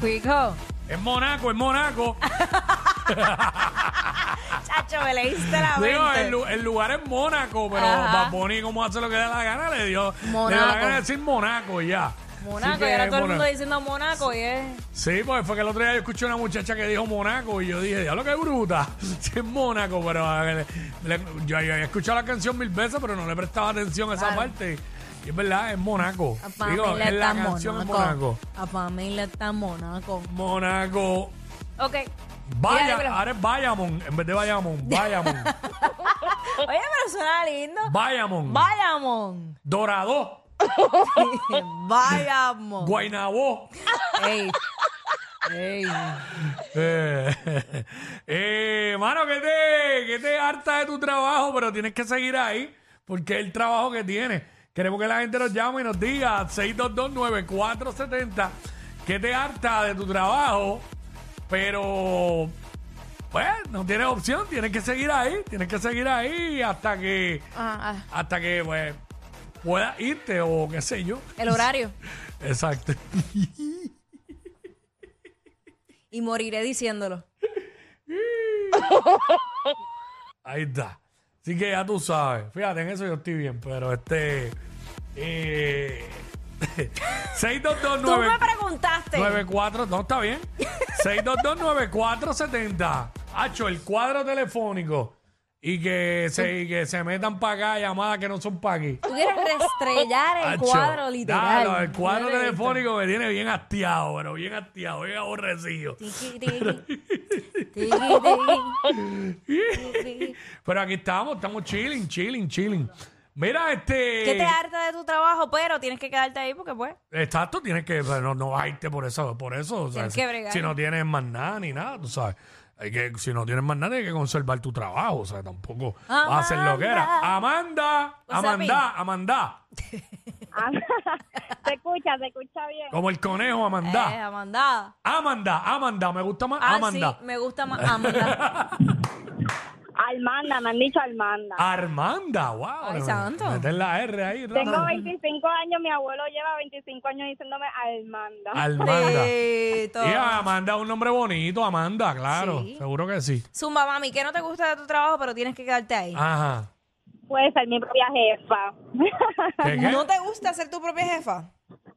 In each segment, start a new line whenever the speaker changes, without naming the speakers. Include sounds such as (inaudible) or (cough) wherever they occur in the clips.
Cuico.
Es Monaco,
(laughs)
es Monaco.
Ah, Chacho, me leíste la
Digo,
mente.
el, lu- el lugar es Mónaco, pero
Ajá.
Bad Bunny, como hace lo que le da la gana, le dio, le dio la
Monaco.
gana de decir Monaco y ya. Así
Monaco,
que
y ahora
es
todo el mundo
Monaco.
diciendo Monaco y es.
Sí, pues fue que el otro día yo escuché una muchacha que dijo Mónaco y yo dije, diablo, qué bruta. (laughs) Sí, es Mónaco, pero a ver, le- yo, yo había escuchado la canción mil veces, pero no le prestaba atención a esa
Claro.
parte. Y es verdad, es Mónaco.
A
Digo,
Pamela
es la
está
canción es
Monaco.
Mónaco.
A Pamela está Mónaco.
Mónaco.
Ok.
Vaya,
Mira, pero-
ahora es Bayamón, en vez de Bayamón, Bayamón,
(laughs) Oye, pero suena lindo.
Bayamón,
Vayamon.
Dorado,
Vayamon.
Guaynabó.
Ey. Ey.
Eh, (laughs) eh, mano, que te, que te harta de tu trabajo, pero tienes que seguir ahí, porque es el trabajo que tienes. Queremos que la gente nos llame y nos diga 6229470, que te harta de tu trabajo, pero pues no tienes opción, tienes que seguir ahí, tienes que seguir ahí hasta que,
Ah, ah,
hasta que pues, puedas irte o qué sé yo.
el horario.
Exacto.
Y moriré diciéndolo.
Ahí está. Así que ya tú sabes. Fíjate, en eso yo estoy bien, pero este. Eh,
Tú
(laughs)
me
6229470.
preguntaste.
No,
(laughs)
está bien. 6229470. Hacho, el cuadro telefónico. Y que se, y que se metan para acá llamadas que no son para aquí.
Tú quieres reestrellar el
Hacho,
cuadro literal.
dalo, el cuadro
Dale,
telefónico me tiene bien hastiado, pero bien hastiado, bien aborrecido.
Tiki, tiki. Tiki, tiki.
Pero aquí estamos, estamos chilling, chilling, chilling. Mira, este.
¿Qué te harta de tu trabajo? Pero tienes que quedarte ahí porque, pues,
Exacto, tienes que, pero no, no vas a irte por eso, por eso. o sea,
Tienes que bregar.
si no tienes más nada ni nada, tú sabes. Hay que, si no tienes más nada, hay que conservar tu trabajo. O sea, tampoco vas a hacer lo que era. Amanda,
What's up,
Amanda, Amanda.
Ah, (laughs) se escucha, se escucha bien.
Como el conejo,
eh,
Amanda.
Amanda.
Amanda, Amanda, me gusta más
Ah,
Amanda.
sí, me gusta más Amanda.
(laughs)
Armanda, me han dicho Armanda.
Armanda, wow.
Ay,
le-
santo.
Meter la R ahí. ra,
Tengo
ra.
25 años, mi abuelo lleva 25 años diciéndome Armanda.
Ah. Armanda.
Tito.
Y Amanda es un nombre bonito, Amanda, claro.
Sí.
Seguro que sí.
Zumba, mami, ¿qué no te gusta de tu trabajo, pero tienes que quedarte ahí?
Ajá.
Puede ser mi propia jefa. (laughs)
¿Qué, qué?
¿No te gusta ser tu propia jefa?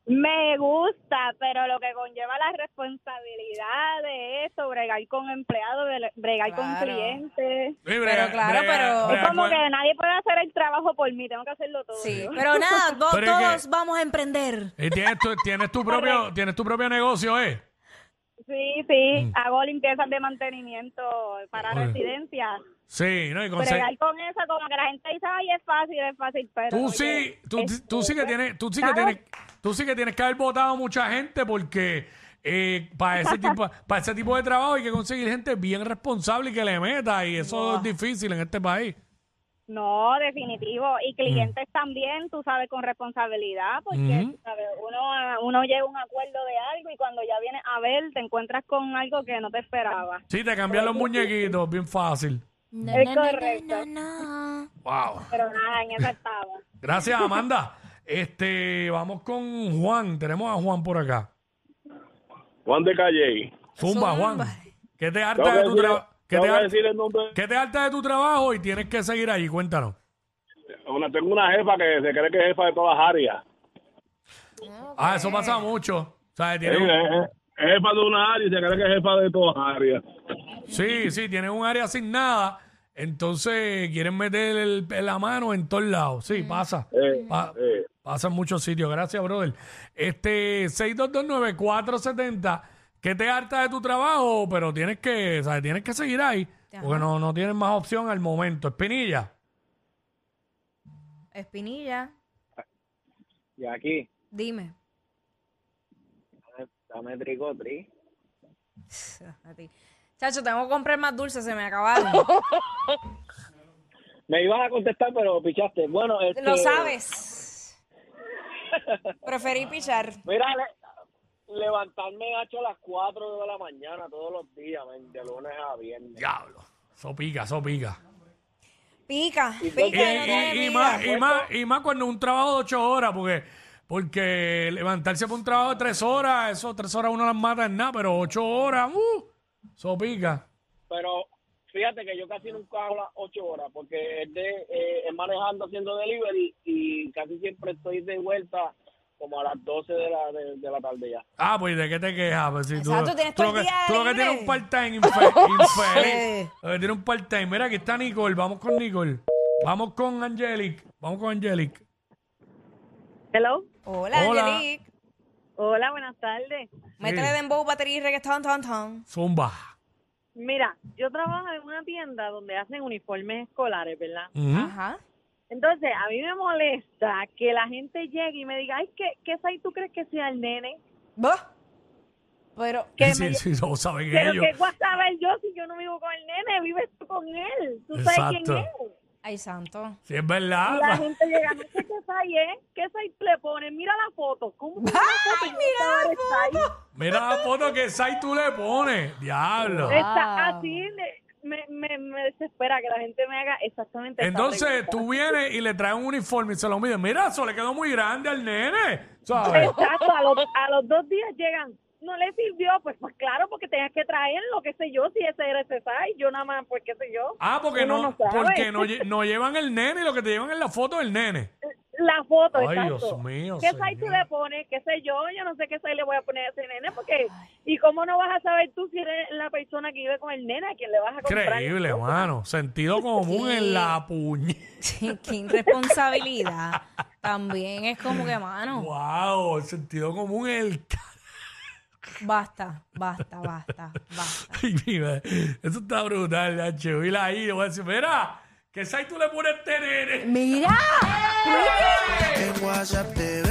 me gusta, pero lo que conlleva la responsabilidad de eso, bregar con empleados, bre- bregar con
Claro.
clientes.
Sí,
Pero claro, pero-
Es
brega
como
con-
que nadie puede hacer el trabajo por mí, tengo que hacerlo todo.
Sí.
yo.
Pero
(laughs)
nada, vo-
Pero es que-
todos vamos a emprender.
Y tienes tu, tienes tu propio, tienes tu propio negocio, ¿eh?
Sí, sí, hago limpiezas de mantenimiento para
Mm. Oye.
residencias.
Sí, ¿no? Y con
Bregar
se-
con eso, como que la gente dice, ay, es fácil, es fácil, pero...
tú
oye,
sí, tú,
es-
tú sí que tienes, tú sí que
Claro.
tienes, tú sí que tienes que haber votado a mucha gente porque eh, para ese tipo, para ese tipo de trabajo hay que conseguir gente bien responsable y que le meta y eso es difícil en este país.
No, definitivo. Y clientes también, tú sabes, con responsabilidad, porque
Ujú.
tú sabes, uno, uno llega a un acuerdo de algo y cuando ya vienes a ver, te encuentras con algo que no te esperaba.
Sí, te cambian los muñequitos, bien fácil.
Es correcto.
Wow.
Pero nada, en eso estaba.
Gracias,
(laughs)
Amanda. Este, vamos con Juan. Tenemos a Juan por acá.
Juan de Calle.
Zumba,
Zumba.
Juan. ¿Qué te
Tengo
harta
que
de tu
decir-
trabajo? ¿Qué
tengo
te
que
har-
decir el nombre.
¿Qué te harta de tu trabajo y tienes que seguir allí? Cuéntanos.
Una- tengo una jefa que se cree que es jefa de todas las áreas.
Ah, eso pasa mucho. O sea,
Es
tiene un-
es- es jefa de una área y se cree que es jefa de todas las áreas.
sí, sí, tienen un área asignada. Entonces quieren meter el- la mano en todos lados. Sí, pasa.
Eh,
Pa-
eh.
pasa en muchos sitios. Gracias, brother. Este, 6229470. ¿Qué te harta de tu trabajo? Pero tienes que, o sea, tienes que seguir ahí. Porque no, no tienes más opción al momento. Espinilla.
Espinilla,
Y aquí,
dime.
dame tricotri.
A ti. Chacho, tengo que comprar más dulces, se me (laughs) acabaron.
Me ibas a contestar, pero pichaste. Bueno, este,
Lo sabes. Preferí pichar.
Mira, le- levantarme hacho a las 4 de la mañana todos los días, men, de lunes a viernes.
Diablo. Eso pica, eso pica.
Pica, pica, no
Y,
Y-
y-
tiene
y
vida. pues,
más, y, más, y más cuando es un trabajo de ocho horas, porque Porque levantarse por un trabajo de tres horas, eso tres horas uno las mata en nada, pero ocho horas, uh, eso pica.
Pero fíjate que yo casi nunca hago las ocho horas porque es, de, eh, es manejando haciendo delivery y casi siempre estoy de vuelta como a las 12 de la, de, de la tarde ya.
Ah, pues ¿de qué te quejas? Pues, si tú,
Exacto, tienes
tú
todo
lo
el
que,
día
tú lo que
libre.
tienes un part-time
(laughs)
infe- infeliz.
Sí.
Lo que tienes un part-time. Mira, aquí está Nicole. Vamos con Nicole. Vamos con Angelic. Vamos con Angelic.
Hello.
Hola,
Hola.
Angelique.
Hola, buenas tardes.
Métele dembow, batería y reggaetón, ton, ton.
Zumba.
Mira, yo trabajo en una tienda donde hacen uniformes escolares, ¿verdad?
Ujú.
Ajá.
Entonces, a mí me molesta que la gente llegue y me diga, ay, ¿qué, qué size tú crees que sea el nene?
Bah. Pero,
Que
sí,
me-
sí, lo saben
Pero
ellos.
qué voy a saber yo si yo no vivo con el nene, vives tú con él. Tú sabes quién
Exacto.
es.
ay, santo.
Sí, es verdad.
Y la gente llega, no sé qué size es, qué size le ponen, mira la foto. ¿Cómo que
Ay, mira
la foto?
Mira la foto que Sai tú
(laughs)
le pones. Diablo.
Wow.
Está así, le- me, me, me desespera que la gente me haga (laughs) exactamente esa
Entonces
pregunta.
tú vienes y le traes un uniforme y se lo miden. Mira, eso le quedó muy grande al nene. ¿Sabes?
(laughs) Exacto, a los, a los dos días llegan. No le sirvió, pues, pues claro, porque tenías que traerlo, qué sé yo, si ese era ese size, yo nada más, pues qué sé yo.
Ah, porque
Uno
no,
sabe.
porque no,
(laughs)
lle- no llevan el nene y lo que te llevan es la foto del nene.
La foto,
Ay,
exacto.
Dios mío,
¿Qué size tú
señor.
le pones? ¿Qué sé yo? Yo no sé qué size le voy a poner a ese nene, porque... ¿Y cómo no vas a saber tú si eres la persona que vive con el nene a quien le vas a comprar?
Increíble, mano.
(laughs)
Sentido común
Sí.
en la puñe.
(laughs) Sí, qué irresponsabilidad. También es como que, mano,
Wow, sentido común en el ca- (laughs)
basta, basta, basta, basta.
Ay, mira, Eso está brutal, Nacho. Y la ahí, yo voy a decir, mira, ¿qué size tú le pones a este nene?
Mira,
En WhatsApp te